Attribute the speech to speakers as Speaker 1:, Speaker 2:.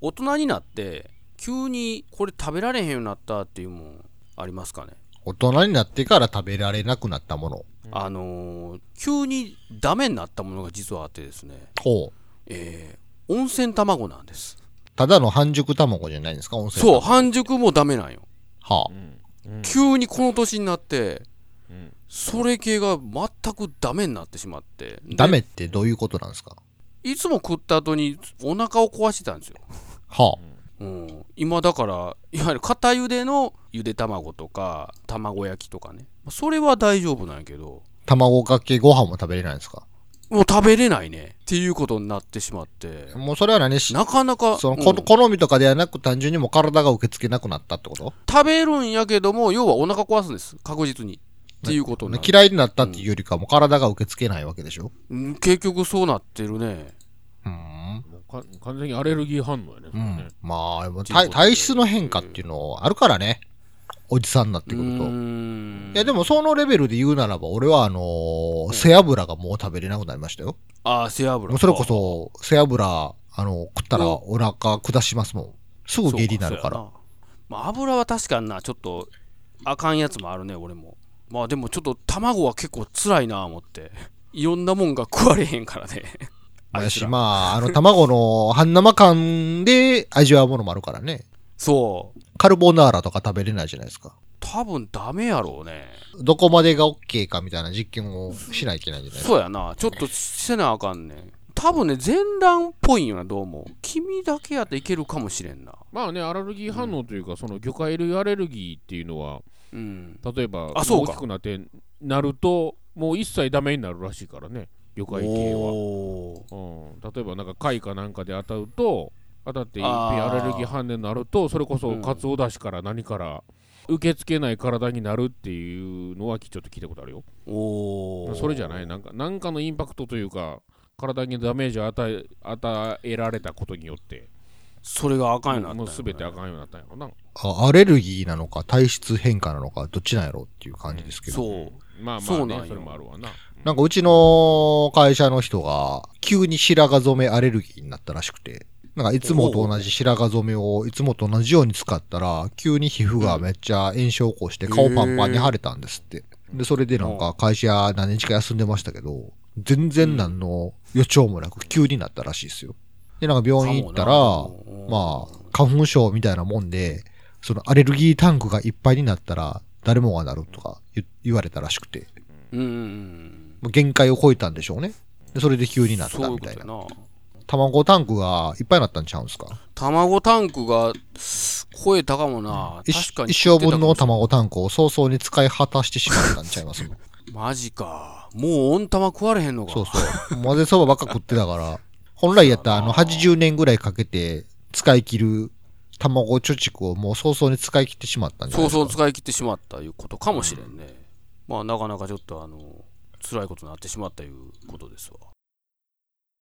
Speaker 1: 大人になって急にこれ食べられへんようになったっていうもんありますかね、
Speaker 2: 大人になってから食べられなくなったもの。
Speaker 3: うん
Speaker 1: あのー急にダメになったものが実はあってですね
Speaker 2: ほう。
Speaker 1: えー温泉卵なんです
Speaker 2: ただの半熟卵じゃないんですか温泉
Speaker 1: そう
Speaker 2: 卵。
Speaker 1: 半熟もダメなんよ
Speaker 2: はあ
Speaker 3: う。んうん
Speaker 1: 急にこの年になって
Speaker 3: うん
Speaker 1: それ系が全くダメになってしまってで
Speaker 2: ダメってどういうことなんですか
Speaker 1: いつも食った後にお腹を壊してたんですよ、
Speaker 2: はあ。
Speaker 1: うん、今だからいわゆる片茹でのゆで卵とか卵焼きとかねそれは大丈夫なんやけど
Speaker 2: 卵かけご飯も食べれないんですか
Speaker 1: もう食べれないねっていうことになってしまって
Speaker 2: もうそれは何し、
Speaker 1: なかなか
Speaker 2: その、
Speaker 1: うん
Speaker 2: こ好みとかではなく単純にもう体が受け付けなくなったってこと
Speaker 1: 食べるんやけども要はお腹壊すんです確実にっていうことになる
Speaker 2: 嫌いになったっていうよりかもう体が受け付けないわけでしょ
Speaker 1: うん結局そうなってるね
Speaker 2: うーん。
Speaker 3: もうか完全にアレルギー反応やね。それ
Speaker 2: う
Speaker 3: ね
Speaker 2: ん。まあ、でも
Speaker 1: ということ
Speaker 2: 体
Speaker 1: で
Speaker 2: 体質の変化っていうのあるからね。おじさんになってくると。
Speaker 1: うーん
Speaker 2: いや、でもそのレベルで言うならば、俺はあのー背脂がもう食べれなくなりましたよ。
Speaker 1: ああ背脂
Speaker 2: もうそれこそ、背脂、あの、食ったらお腹下しますもん。すぐ下痢になるから。
Speaker 1: そうそうやなまあ、油は確かになちょっとあかんやつもあるね俺もまあでもちょっと卵は結構辛いな思っていろんなもんが食われへんからね
Speaker 2: まあ
Speaker 1: あ
Speaker 2: や
Speaker 1: いつ
Speaker 2: し、
Speaker 1: ら
Speaker 2: まあ、あの、卵の半生感で味わうものもあるからね。
Speaker 1: そう
Speaker 2: カルボナーラとか食べれないじゃないですか。
Speaker 1: 多分ダメやろうね
Speaker 2: どこまでが OK かみたいな実験をしないといけないんじゃないですか。
Speaker 1: そうやなちょっとせなあかんねん多分ね全卵っぽいんよなどうも君だけやっていけるかもしれんな
Speaker 3: まあね、アレルギー反応というか、その魚介類アレルギーっていうのは、
Speaker 1: うん
Speaker 3: 例えば
Speaker 1: あそう
Speaker 3: 大
Speaker 1: か
Speaker 3: きくなってなると、もう一切ダメになるらしいからね、魚介系は。
Speaker 1: おー
Speaker 3: うん、例えば、なんか貝かなんかで当たると、当たって一品
Speaker 1: あ
Speaker 3: ア
Speaker 1: ー
Speaker 3: レルギー反応になると、それこ
Speaker 1: う
Speaker 3: そ
Speaker 1: ん
Speaker 3: カツオだしから何から、受け付けない体になるっていうのはきちょっと聞いたことあるよ。
Speaker 1: おー
Speaker 3: それじゃないなんか、なんかのインパクトというか、体にダメージを与え与えられたことによって、
Speaker 1: それがあかんようになったん
Speaker 3: も
Speaker 1: や
Speaker 3: う
Speaker 1: ね
Speaker 3: すべてあかんようになったんやろな。
Speaker 2: あアレルギーなのか体質変化なのかどっちなんやろうっていう感じですけど。
Speaker 1: そう
Speaker 3: まあま
Speaker 1: そう
Speaker 3: あ、
Speaker 1: なん
Speaker 3: ね
Speaker 1: よ、
Speaker 3: それもあるわな。
Speaker 2: なんかうちの会社の人が急に白髪染めアレルギーになったらしくて。なんかいつもと同じ白髪染めをいつもと同じように使ったら急に皮膚がめっちゃ炎症を起こして
Speaker 1: うん
Speaker 2: 顔パンパンに腫れたんですって。で、それでなんか会社何日か休んでましたけど、全然何の予兆もなく急になったらしいですよ。で、なんか病院行ったら、
Speaker 1: かもな
Speaker 2: まあ、花粉症みたいなもんで、そのアレルギータンクがいっぱいになったら、誰もがなるとか言言われたらしくて、
Speaker 1: うんうんうん
Speaker 2: もう限界を超えたんでしょうね。でそれで急になっ
Speaker 1: そ
Speaker 2: た
Speaker 1: ういう
Speaker 2: み
Speaker 1: こ
Speaker 2: た
Speaker 1: と
Speaker 2: い
Speaker 1: や
Speaker 2: な。
Speaker 1: な
Speaker 2: 卵タンクがいっぱいになったんちゃうんすか
Speaker 1: 卵タンクが超えたかもな確
Speaker 2: 一
Speaker 1: かに
Speaker 2: 一生分の
Speaker 1: 言って
Speaker 2: 卵タンクを早々に使い果たしてしまったんちゃいま す
Speaker 1: たかもマジかもう温玉食われへんのか
Speaker 2: そうそう。混ぜそばばっか食ってたから、本来やったらあの80年ぐらいかけて使い切る卵貯蓄をもう早々に使い切ってしまったんじゃない
Speaker 1: そう
Speaker 2: です
Speaker 1: そ
Speaker 2: か
Speaker 1: う使い切ってしまったいうことかもしれんね、まあなかなかちょっとあの辛いことになってしまったいうことですわ